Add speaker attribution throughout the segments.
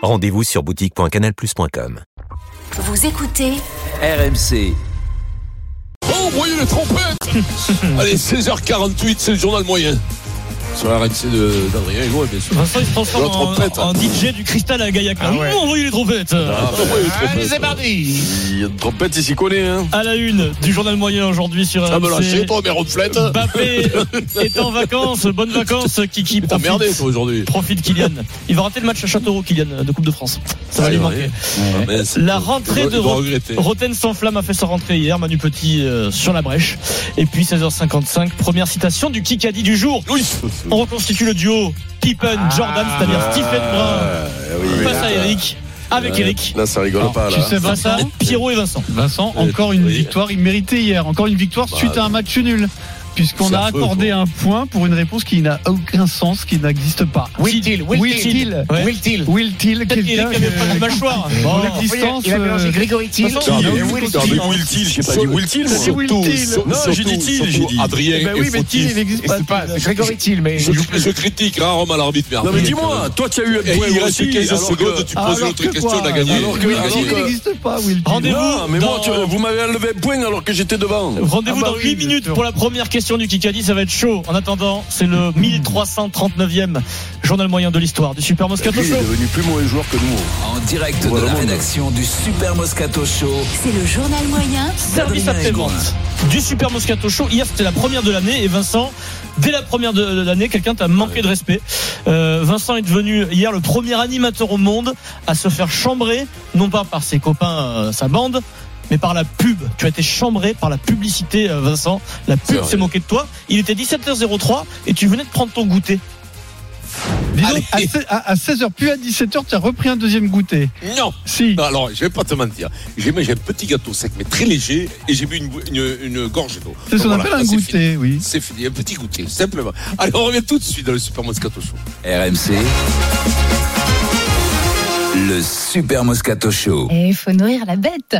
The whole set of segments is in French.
Speaker 1: Rendez-vous sur boutique.canalplus.com.
Speaker 2: Vous écoutez
Speaker 3: RMC.
Speaker 4: Oh, voyez les trompettes Allez, 16h48, c'est le journal moyen. Sur la RMC de- d'Adrien Hugo, bien sûr.
Speaker 5: Vincent, il se transforme
Speaker 4: La
Speaker 5: en,
Speaker 4: trompette.
Speaker 5: en DJ du cristal à Gaillac.
Speaker 6: Ah ouais.
Speaker 5: Nous, on voyait les trompettes.
Speaker 4: Ah, bah, voyez les trompettes.
Speaker 6: c'est parti
Speaker 4: Il y a une trompette, il s'y connaît. Hein.
Speaker 5: À la une du journal moyen aujourd'hui sur
Speaker 4: Ça me lâcher,
Speaker 5: RMC.
Speaker 4: toi, mes ronflettes.
Speaker 5: Mbappé est en vacances. Bonnes vacances, Kiki.
Speaker 4: T'as
Speaker 5: Profite,
Speaker 4: merdé, toi, aujourd'hui.
Speaker 5: profite, Kylian. Il va rater le match à Châteauroux, Kylian, de Coupe de France. Ça va lui manquer.
Speaker 4: Ah, mince.
Speaker 5: La rentrée
Speaker 4: Il doit-
Speaker 5: de
Speaker 4: il doit
Speaker 5: Ro-
Speaker 4: regretter.
Speaker 5: Roten sans flamme a fait sa rentrée hier, Manu Petit euh, sur la brèche. Et puis 16h55, première citation du Kikadi du jour.
Speaker 4: Oui.
Speaker 5: On reconstitue le duo Pippen-Jordan, c'est-à-dire Stephen Brun
Speaker 4: Ah, oui,
Speaker 5: face à
Speaker 4: là,
Speaker 5: Eric, avec Eric.
Speaker 4: Là, ça rigole pas, là.
Speaker 7: tu sais,
Speaker 5: Face à
Speaker 7: Vincent,
Speaker 5: Pierrot et Vincent.
Speaker 7: Vincent,
Speaker 4: Oui,
Speaker 7: encore une
Speaker 4: oui.
Speaker 7: victoire imméritée hier, encore une victoire
Speaker 4: Bah,
Speaker 7: suite à un match nul, puisqu'on
Speaker 4: c'est
Speaker 7: a
Speaker 4: affreux,
Speaker 7: accordé un point pour une réponse qui n'a aucun sens, qui n'existe pas.
Speaker 6: Will-Till, Will-Till,
Speaker 7: Will-Till,
Speaker 5: Ouais.
Speaker 6: Will-Till.
Speaker 7: Will-Till,
Speaker 5: Peut-être qu'Eric
Speaker 7: quelqu'un
Speaker 5: n'avait pas de mâchoire.
Speaker 7: Bon,
Speaker 5: Bon.
Speaker 7: l'existence.
Speaker 6: Il a mélangé
Speaker 8: euh,
Speaker 6: Grégory Till.
Speaker 5: Vincent,
Speaker 4: il y a
Speaker 6: et
Speaker 4: Will
Speaker 6: Will
Speaker 4: Till.
Speaker 6: Till.
Speaker 4: Non, mais Will Till, j'ai pas dit Will Till.
Speaker 7: C'est Will
Speaker 4: Surtout,
Speaker 7: Till.
Speaker 4: sur-
Speaker 7: Non,
Speaker 4: surtout,
Speaker 7: j'ai dit Till,
Speaker 4: surtout
Speaker 7: j'ai dit.
Speaker 9: Eh
Speaker 4: Adrien
Speaker 7: Ben
Speaker 4: et
Speaker 7: oui, mais
Speaker 4: Fautif.
Speaker 7: Till, il n'existe
Speaker 6: Et c'est
Speaker 7: pas.
Speaker 6: pas, c'est Grégory Till, mais.
Speaker 4: Je, je critique rarement l'arbitre, mais
Speaker 10: Non mais
Speaker 5: euh,
Speaker 10: dis-moi, toi tu as eu un
Speaker 4: Et
Speaker 10: point
Speaker 4: il reste
Speaker 10: aussi.
Speaker 4: 15
Speaker 10: alors
Speaker 4: secondes,
Speaker 10: que-
Speaker 4: tu
Speaker 7: Ah,
Speaker 4: poses
Speaker 7: alors
Speaker 4: une autre
Speaker 7: que
Speaker 4: question, on a
Speaker 7: quoi
Speaker 4: gagné.
Speaker 10: Alors que-
Speaker 4: On a
Speaker 7: Will-Till
Speaker 4: gagné.
Speaker 7: n'existe pas,
Speaker 8: euh,
Speaker 7: Will-Till.
Speaker 5: Rendez-vous
Speaker 10: Non, mais moi
Speaker 5: dans-
Speaker 10: tu- vous m'avez enlevé un point alors que j'étais devant.
Speaker 5: Rendez-vous
Speaker 7: Ah bah
Speaker 5: dans
Speaker 7: oui,
Speaker 5: 8
Speaker 7: bien
Speaker 5: minutes
Speaker 7: sûr.
Speaker 5: pour la première question du Kikadi, ça va être chaud. En attendant, c'est le
Speaker 7: Hmm.
Speaker 5: 1339e journal moyen de l'histoire du Super
Speaker 10: Lui,
Speaker 5: Moscato
Speaker 10: il
Speaker 5: Show.
Speaker 10: est devenu plus mauvais joueur que nous.
Speaker 3: En direct de
Speaker 10: Voilà,
Speaker 3: la
Speaker 10: monde.
Speaker 3: rédaction du Super Moscato Show.
Speaker 2: C'est le journal moyen
Speaker 5: Service après-vente du Super Moscato Show. Hier, c'était la première de l'année et Vincent, dès la première de de l'année, quelqu'un t'a manqué de respect. Euh, Vincent est devenu hier le premier animateur au monde à se faire chambrer, non pas par ses copains, euh, sa bande, mais par la pub. Tu as été chambré par la publicité, euh, Vincent. La pub
Speaker 4: vrai.
Speaker 5: s'est moquée de toi. Il était 17h03 et tu venais de prendre ton goûter. ah,
Speaker 7: Dis donc, à
Speaker 10: Ah,
Speaker 7: se- à à 16h, puis à 17h, tu as repris un deuxième goûter.
Speaker 4: Non.
Speaker 7: Si.
Speaker 4: Non, alors, je vais pas te mentir. J'ai mangé un petit gâteau sec, mais très léger, et j'ai bu une, bou- une, une gorge d'eau.
Speaker 7: C'est
Speaker 4: Donc
Speaker 7: ce qu'on
Speaker 4: voilà,
Speaker 7: appelle
Speaker 4: ça,
Speaker 7: un
Speaker 4: c'est fini.
Speaker 7: goûter, oui.
Speaker 4: C'est fini, un petit goûter, simplement. Allez, on revient tout de suite dans le Super Moscato Show.
Speaker 3: RMC. Le Super Moscato Show.
Speaker 11: Et il faut nourrir la bête.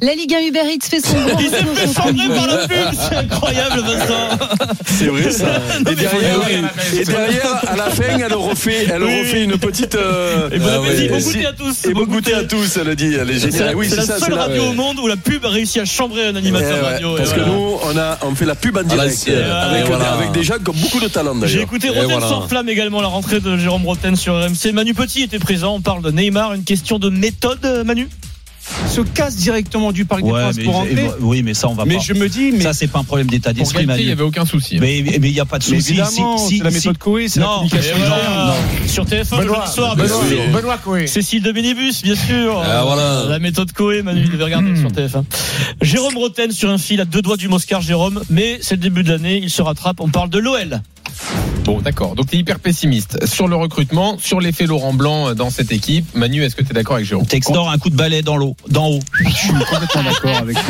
Speaker 11: La Ligue 1 Uber Eats fait son grand
Speaker 5: Il s'est
Speaker 11: retour
Speaker 5: fait
Speaker 11: sur
Speaker 5: chambrer
Speaker 11: samedi.
Speaker 5: par la pub, c'est incroyable Vincent.
Speaker 10: C'est vrai ça.
Speaker 5: mais
Speaker 10: Et
Speaker 7: Eh
Speaker 10: derrière,
Speaker 4: Eh
Speaker 5: faut
Speaker 10: et derrière, à la fin, elle refait, elle
Speaker 5: Oui,
Speaker 10: refait
Speaker 5: oui.
Speaker 10: une petite. euh,
Speaker 5: Et bon
Speaker 10: ah
Speaker 5: appétit,
Speaker 10: ouais.
Speaker 5: bon goûter à tous.
Speaker 10: Et bon goûter à tous, elle a dit. Elle est
Speaker 5: C'est la,
Speaker 10: géniale. Oui,
Speaker 5: c'est la
Speaker 10: ça,
Speaker 5: seule
Speaker 10: c'est la-
Speaker 5: radio
Speaker 10: ouais.
Speaker 5: au monde où la pub a réussi à chambrer un animateur
Speaker 10: Eh ouais,
Speaker 5: radio. et
Speaker 10: Parce que
Speaker 5: voilà.
Speaker 10: nous, on, a, on fait la pub en direct.
Speaker 4: l'ancienne.
Speaker 10: avec,
Speaker 4: Et voilà.
Speaker 10: avec des gens qui ont beaucoup de talent
Speaker 5: J'ai
Speaker 10: d'ailleurs. Eh
Speaker 5: écouté
Speaker 4: Et
Speaker 5: Roten
Speaker 4: voilà.
Speaker 5: sans flamme également, la rentrée de Jérôme Roten sur RMC. Manu Petit était présent, on parle de Neymar, une question de méthode, euh, Manu
Speaker 12: se casse directement du Parc des
Speaker 8: Ouais,
Speaker 12: Princes
Speaker 8: mais,
Speaker 12: pour
Speaker 8: et
Speaker 12: rentrer.
Speaker 8: moi- oui, mais ça, on va
Speaker 12: Mais
Speaker 8: pas.
Speaker 12: je me dis, mais
Speaker 8: Ça, c'est pas un problème d'état
Speaker 6: Pour
Speaker 8: d'esprit,
Speaker 6: gagner, il n'y
Speaker 8: Manu.
Speaker 6: avait aucun souci.
Speaker 8: Mais mais il n'y a pas de
Speaker 12: hein. mais
Speaker 8: souci.
Speaker 12: évidemment,
Speaker 8: Si- si-
Speaker 12: c'est la
Speaker 8: si-
Speaker 12: méthode Coé, c'est la
Speaker 8: Non,
Speaker 12: communication.
Speaker 8: mais
Speaker 5: Et
Speaker 12: interne.
Speaker 5: Eh voilà. Sur TF1 le
Speaker 6: Benoît,
Speaker 5: lundi soir, bien
Speaker 6: Benoît,
Speaker 5: sûr.
Speaker 4: sûr.
Speaker 6: Benoît Coé.
Speaker 5: Cécile de Bénébus, bien sûr.
Speaker 4: Ah, voilà.
Speaker 5: La méthode Coé, Manu, il devait regarder
Speaker 10: Hmm.
Speaker 5: sur TF1. Jérôme Roten sur un fil à deux doigts du Moscar, Jérôme, mais c'est le début de l'année, il se rattrape. On parle de l'OL.
Speaker 6: Bon, d'accord. Donc, tu es hyper pessimiste sur le recrutement, sur l'effet Laurent Blanc euh, dans cette équipe. Manu, est-ce que tu es d'accord avec Jérôme
Speaker 8: Textor, un coup de balai dans l'eau, d'en haut.
Speaker 7: Je suis complètement d'accord avec lui.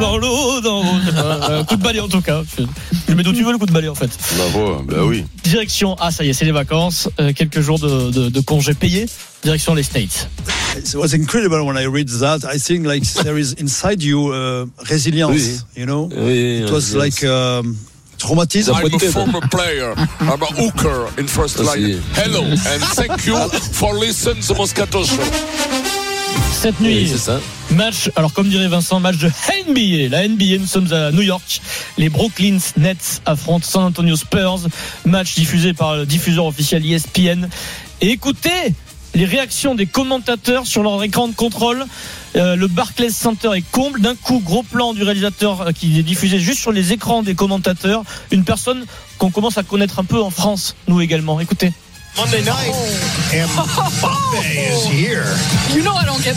Speaker 5: Dans l'eau, dans l'eau, je sais pas. Euh, Coup de balai en tout cas. Je- Je le mets d'où tu veux le coup de balai en fait.
Speaker 10: Bravo, bah oui.
Speaker 5: Direction, ah ça y est, c'est les vacances, euh, quelques jours de, de, de congés payés. Direction les States.
Speaker 8: It was incredible when I read that. I think like there is inside you uh, resilience, you know.
Speaker 10: oui It was like
Speaker 8: um, traumatism.
Speaker 10: I'm a
Speaker 4: former player. I'm a hooker in first
Speaker 10: line.
Speaker 4: Hello and thank you for listening to Moscato Show.
Speaker 5: Cette nuit,
Speaker 10: c'est ça.
Speaker 5: match, alors comme dirait Vincent, match de NBA. La NBA, nous sommes à New York. Les Brooklyn Nets affrontent San Antonio Spurs. Match diffusé par le diffuseur officiel E ESPN. Et écoutez les réactions des commentateurs sur leur écran de contrôle. Euh, le Barclays Center est comble. D'un coup, gros plan du réalisateur euh, qui est diffusé juste sur les écrans des commentateurs. Une personne qu'on commence à connaître un peu en France, nous également. Écoutez.
Speaker 13: Monday night, and Mbappe is here.
Speaker 14: You know I don't get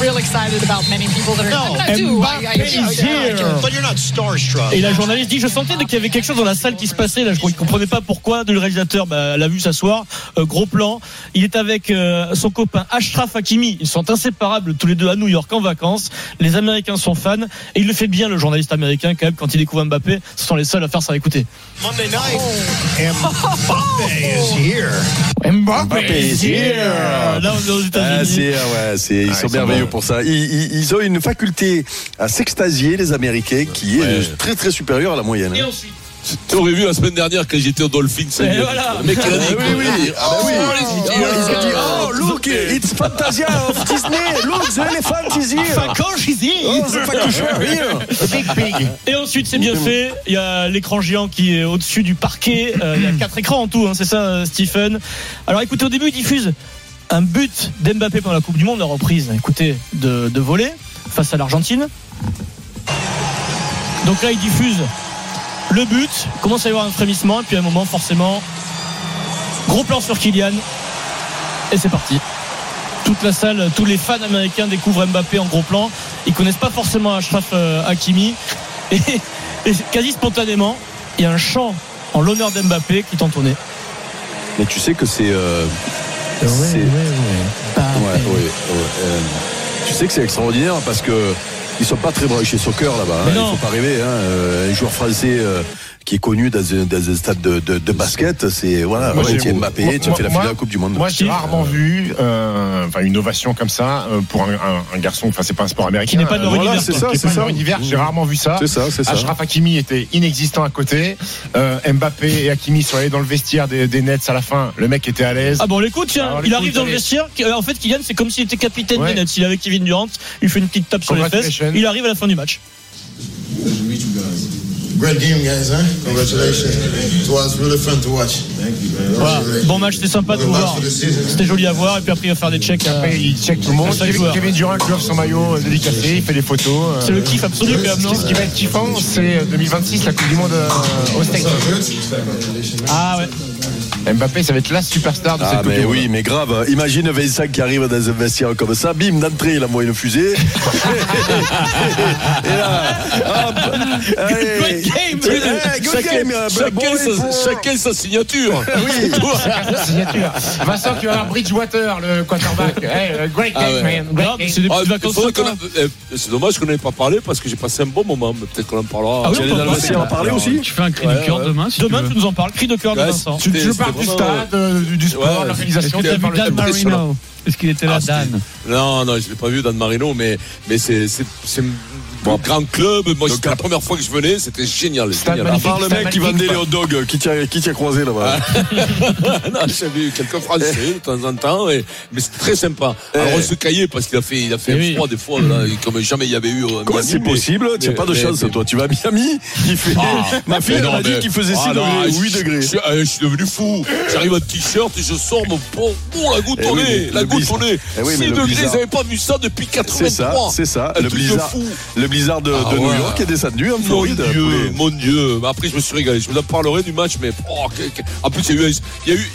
Speaker 14: real excited about many people that are. I mean, I do. I, I, I-
Speaker 13: But you're not starstruck.
Speaker 5: Et la journaliste dit Je sentais qu'il y avait quelque chose dans la salle qui se passait. Là, je ne comprenais pas pourquoi. Le réalisateur bah, l'a vu s'asseoir. Euh, gros plan. Il est avec euh, son copain Ashraf Hakimi. Ils sont inséparables tous les deux à New York en vacances. Les Américains sont fans. Et il le fait bien, le journaliste américain, quand même, quand il découvre Mbappé. Ce sont les seuls à faire ça. Écoutez.
Speaker 13: Monday night, and Mbappe is here.
Speaker 5: Mbappé is here. Là, on est aux
Speaker 10: Ah,
Speaker 5: États-Unis.
Speaker 10: c'est- ah ouais, c'est- ils sont
Speaker 13: ils sont
Speaker 10: merveilleux
Speaker 13: bons.
Speaker 10: pour ça. Ils, ils- ils ont une faculté à s'extasier, les Américains, qui est euh, très très supérieure à la moyenne. hein.
Speaker 4: Tu aurais vu la semaine dernière quand j'étais au Dolphin.
Speaker 10: Et Eh, voilà.
Speaker 4: Le mec, il a dit.
Speaker 10: Ah oui, oui. Ah bah oui.
Speaker 4: Oh,
Speaker 10: Ah, il s'est dit, oh,
Speaker 4: look, it's
Speaker 10: Fantasia of Disney, look, the elephant is here.
Speaker 5: Facoche is here.
Speaker 10: Oh, the facoche are here. Big, big.
Speaker 5: Et ensuite, c'est bien fait. Il y a l'écran géant qui est au-dessus du parquet. Euh, il y a
Speaker 10: Hmm.
Speaker 5: quatre écrans en tout, hein, c'est ça, euh, Stephen. Alors écoutez, au début, il diffuse un but d'Mbappé pendant la Coupe du Monde, la reprise, écoutez, de, de voler face à l'Argentine. Donc là, il diffuse le but. Commence à y avoir un frémissement. Et puis à un moment, forcément, gros plan sur Kylian. Et c'est parti. Toute la salle, tous les fans américains découvrent Mbappé en gros plan. Ils connaissent pas forcément Ashraf euh, Hakimi. Et, et quasi spontanément, il y a un chant en l'honneur d'Mbappé qui est entonné.
Speaker 10: Mais tu sais que c'est. euh, c'est- Ouais, ouais, ouais, euh, tu sais que c'est extraordinaire parce que ils sont pas très branchés soccer là-bas. hein.
Speaker 5: Mais
Speaker 10: il
Speaker 5: non.
Speaker 10: faut pas rêver. hein. Euh, Un joueur français euh, qui est connu dans un, dans un stade de, de- de basket, c'est voilà.
Speaker 9: Moi,
Speaker 10: ouais,
Speaker 9: j'ai-
Speaker 10: tu es Mbappé,
Speaker 9: moi-
Speaker 10: tu as fait la
Speaker 9: moi-
Speaker 10: finale de la Coupe du Monde.
Speaker 9: Moi, j'ai rarement vu euh, enfin, une ovation comme ça euh, pour un, un- un garçon. Enfin, c'est pas un sport américain.
Speaker 5: Qui n'est pas de leur
Speaker 9: Voilà,
Speaker 5: univers,
Speaker 9: c'est
Speaker 5: quoi.
Speaker 9: ça,
Speaker 5: Qui est
Speaker 9: c'est
Speaker 5: pas de
Speaker 9: ça.
Speaker 5: leur univers.
Speaker 9: J'ai rarement vu ça.
Speaker 10: C'est ça, c'est ça.
Speaker 9: Achraf Hakimi était inexistant à côté. Euh, Mbappé et Hakimi sont allés dans le vestiaire des, des Nets à la fin. Le mec était à l'aise.
Speaker 5: Ah bon, on l'écoute, tiens,
Speaker 9: Alors, on
Speaker 5: il
Speaker 9: l'écoute,
Speaker 5: arrive dans le
Speaker 9: allez.
Speaker 5: vestiaire. qui- euh, En fait, Kylian, c'est comme s'il était capitaine
Speaker 9: Ouais.
Speaker 5: des Nets. Il est avec Kevin Durant, il fait une petite tape sur les fesses.
Speaker 9: Congratulations.
Speaker 5: Il arrive à la fin du match.
Speaker 15: Great game, guys, huh? Congratulations. It was really fun to watch. Thank you, man.
Speaker 5: Voilà. Bon match, c'était sympa de vous voir. C'était joli à voir. Et puis après, il va faire des checks. euh, à-
Speaker 9: Après, il check tout le monde.
Speaker 5: à chaque
Speaker 9: Kevin,
Speaker 5: joueur.
Speaker 9: Kevin Durant lui offre son maillot euh, dédicacé, il fait des photos. euh.
Speaker 5: C'est le kiff absolu, quand même, non
Speaker 9: Ce qui va être kiffant, c'est euh, 2026, la Coupe du Monde euh, au States.
Speaker 5: Ah ouais.
Speaker 9: Mbappé, ça va être la superstar de cette
Speaker 10: Ah
Speaker 9: Coupe
Speaker 10: mais
Speaker 9: du Monde.
Speaker 10: oui mais grave Imagine Vincent qui arrive dans un vestiaire comme ça Bim d'entrée il envoie une fusée Et là hop, allez.
Speaker 4: Game.
Speaker 10: Eh, good game, euh,
Speaker 4: Chacun
Speaker 10: bon
Speaker 4: sa-
Speaker 10: effort.
Speaker 4: chacun sa signature.
Speaker 10: Ah, Oui.
Speaker 4: Toi.
Speaker 9: Sa signature. Vincent, tu vas avoir Bridgewater, le quarterback. Hey, euh, great game,
Speaker 4: Ah ouais.
Speaker 9: man. Great game.
Speaker 4: Ah, il faudrait qu'on a- euh, C'est dommage qu'on n'ait pas parlé parce que j'ai passé un bon moment, mais peut-être qu'on en parlera.
Speaker 5: Ah oui,
Speaker 4: Tu allais
Speaker 5: on peut
Speaker 4: dans le
Speaker 5: en
Speaker 4: vestiaire
Speaker 10: hein.
Speaker 5: parler.
Speaker 4: en parler aussi
Speaker 7: Tu fais un cri
Speaker 4: Ouais,
Speaker 7: du cœur
Speaker 4: ouais.
Speaker 7: demain si
Speaker 5: Demain,
Speaker 7: tu
Speaker 5: tu
Speaker 7: veux.
Speaker 5: nous en parles. Cri de cœur de
Speaker 4: Ouais,
Speaker 5: Vincent.
Speaker 9: Tu, tu parles du stade, euh, du, du sport,
Speaker 4: Ouais.
Speaker 9: de l'organisation.
Speaker 4: Est-ce que t'as
Speaker 9: tu
Speaker 4: vu
Speaker 9: parles
Speaker 4: Dan
Speaker 9: de-
Speaker 4: Marino
Speaker 7: Est-ce qu'il était là,
Speaker 4: Ah,
Speaker 7: Dan
Speaker 4: c'était- Non, non, je l'ai pas vu, Dan Marino, mais, mais c'est, c'est, c'est un grand club. Moi, c'était la première fois que je venais, c'était génial.
Speaker 10: À
Speaker 4: génial.
Speaker 10: part le mec qui vendait les hot dogs Qui t'a qui t'a croisé là-bas
Speaker 4: Ah, non, j'ai vu quelques Français de temps en temps, et- mais c'était très sympa.
Speaker 10: Eh.
Speaker 4: Alors, on se caillait parce qu'il a fait, il a fait
Speaker 5: Eh
Speaker 4: un froid des fois, là, comme jamais il y avait eu. euh, à
Speaker 10: Comment
Speaker 4: Miami,
Speaker 10: c'est
Speaker 4: mais-
Speaker 10: possible Tu n'as
Speaker 4: mais-
Speaker 10: pas de
Speaker 4: mais-
Speaker 10: chance
Speaker 4: mais-
Speaker 10: toi Tu vas à Miami il fait...
Speaker 4: Ah,
Speaker 10: Ma fille
Speaker 4: mais
Speaker 10: elle
Speaker 4: non,
Speaker 10: a dit
Speaker 4: mais-
Speaker 10: qu'il faisait 6
Speaker 4: Ah, non,
Speaker 10: degrés ou
Speaker 4: je-
Speaker 10: 8 degrés
Speaker 4: Je, euh, je suis devenu fou. J'arrive en t-shirt et je sors mon bon, bon, la goutte
Speaker 10: Eh
Speaker 4: au
Speaker 10: oui,
Speaker 4: nez.
Speaker 10: mais
Speaker 4: La
Speaker 10: le
Speaker 4: goutte
Speaker 10: blizzard-
Speaker 4: au nez.
Speaker 10: Eh oui,
Speaker 4: 6
Speaker 10: mais le
Speaker 4: degrés,
Speaker 10: blizzard-
Speaker 4: j'avais pas vu ça depuis
Speaker 10: C'est
Speaker 4: 83.
Speaker 10: ça, c'est ça.
Speaker 4: Un
Speaker 10: Le
Speaker 4: truc de
Speaker 10: blizzard,
Speaker 4: fou.
Speaker 10: le blizzard de,
Speaker 4: Ah
Speaker 10: de New
Speaker 4: ouais. Oh,
Speaker 10: York est descendu en
Speaker 4: Mon
Speaker 10: Floride.
Speaker 4: Dieu, mon Dieu. Mais Après, je me suis régalé. Je vous en parlerai du match, mais oh, que- que- en plus, il y a eu, un- il y a eu,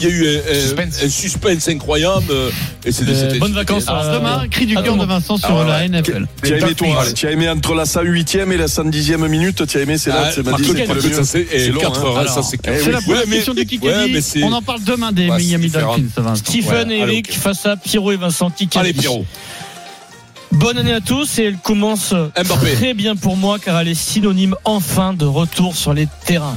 Speaker 4: il y a eu un, un- un suspense incroyable. euh, Et c'est
Speaker 5: Euh, bonnes vacances.
Speaker 7: Alors, demain, cri du
Speaker 5: Ah,
Speaker 7: cœur
Speaker 5: bon.
Speaker 7: de Vincent sur
Speaker 10: Ah ouais,
Speaker 7: la
Speaker 10: ouais.
Speaker 7: NFL.
Speaker 10: Tu as aimé toi, tu as aimé entre la 108e et la 110e minute, tu as aimé, c'est là,
Speaker 4: Ah,
Speaker 10: c'est
Speaker 4: par
Speaker 10: mardi,
Speaker 4: contre,
Speaker 10: c'est
Speaker 4: par
Speaker 10: le
Speaker 4: contre,
Speaker 10: mieux.
Speaker 4: ça, c'est- eh,
Speaker 10: long,
Speaker 4: quatre
Speaker 10: hein.
Speaker 4: heures, hein,
Speaker 10: Alors,
Speaker 4: ça, c'est
Speaker 10: eh
Speaker 4: quatre
Speaker 10: oui.
Speaker 7: C'est la première
Speaker 4: Ouais, mais-
Speaker 7: question du
Speaker 4: ouais,
Speaker 7: Kikadi.
Speaker 4: mais c'est-
Speaker 7: On en parle demain des
Speaker 4: Ouais, c'est
Speaker 7: Miami
Speaker 4: différent.
Speaker 7: Dolphins, Vincent.
Speaker 5: Stephen
Speaker 4: Ouais,
Speaker 5: et
Speaker 4: allez,
Speaker 5: Eric
Speaker 4: ok.
Speaker 5: face à Pierrot et Vincent Kikadi.
Speaker 4: Allez, Pierrot.
Speaker 5: Bonne année à tous et elle commence
Speaker 4: Mbappé.
Speaker 5: très bien pour moi car elle est synonyme enfin de retour sur les terrains.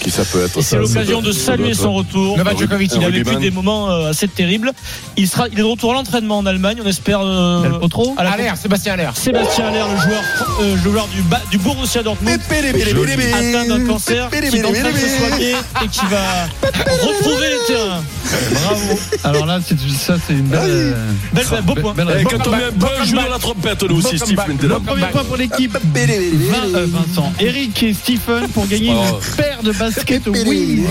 Speaker 10: Qui ça peut être
Speaker 5: Et c'est l'occasion de saluer son retour. Ah
Speaker 9: Novak Djokovic.
Speaker 5: Il a
Speaker 9: Un
Speaker 5: vécu
Speaker 9: rugbyman.
Speaker 5: des moments euh, assez terribles. Il, sera, il est de retour à l'entraînement en Allemagne, on espère. euh,
Speaker 7: Del Potro
Speaker 5: à la-
Speaker 9: Allaire, Sébastien Allaire.
Speaker 5: Sébastien Aller, le joueur, euh, joueur du, ba- du Borussia Dortmund, atteint d'un cancer, qui est en train de se soigner et qui va retrouver les terrains. Bravo.
Speaker 7: Alors là, c'est- ça, c'est une belle. euh,
Speaker 5: Belle- belle- beau point.
Speaker 7: belle
Speaker 10: Eh,
Speaker 7: réponse.
Speaker 10: quand on met un bon jeu dans la trompette, nous aussi, Steve Lindelof.
Speaker 7: Bon premier point pour l'équipe. Vin- euh, Vincent, Eric et Stephen pour gagner
Speaker 10: pas
Speaker 7: une
Speaker 10: grave.
Speaker 7: paire de baskets Wiz.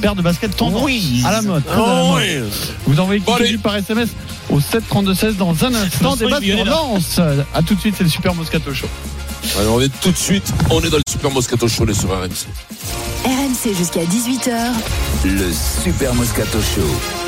Speaker 7: Paire de baskets tendance à la mode. très à la
Speaker 10: Ah
Speaker 7: mode. Vous envoyez
Speaker 4: Bon, allez.
Speaker 7: Kikadi par SMS au 7 32 16 dans un instant.
Speaker 5: Vincent,
Speaker 7: Débat
Speaker 5: il est
Speaker 7: sur
Speaker 5: là.
Speaker 7: Lens. A tout de suite, c'est le Super Moscato Show.
Speaker 4: Alors, on est tout de suite, on est dans le Super Moscato Show les sur RMC.
Speaker 16: RMC jusqu'à 18h.
Speaker 2: Le Super Moscato Show.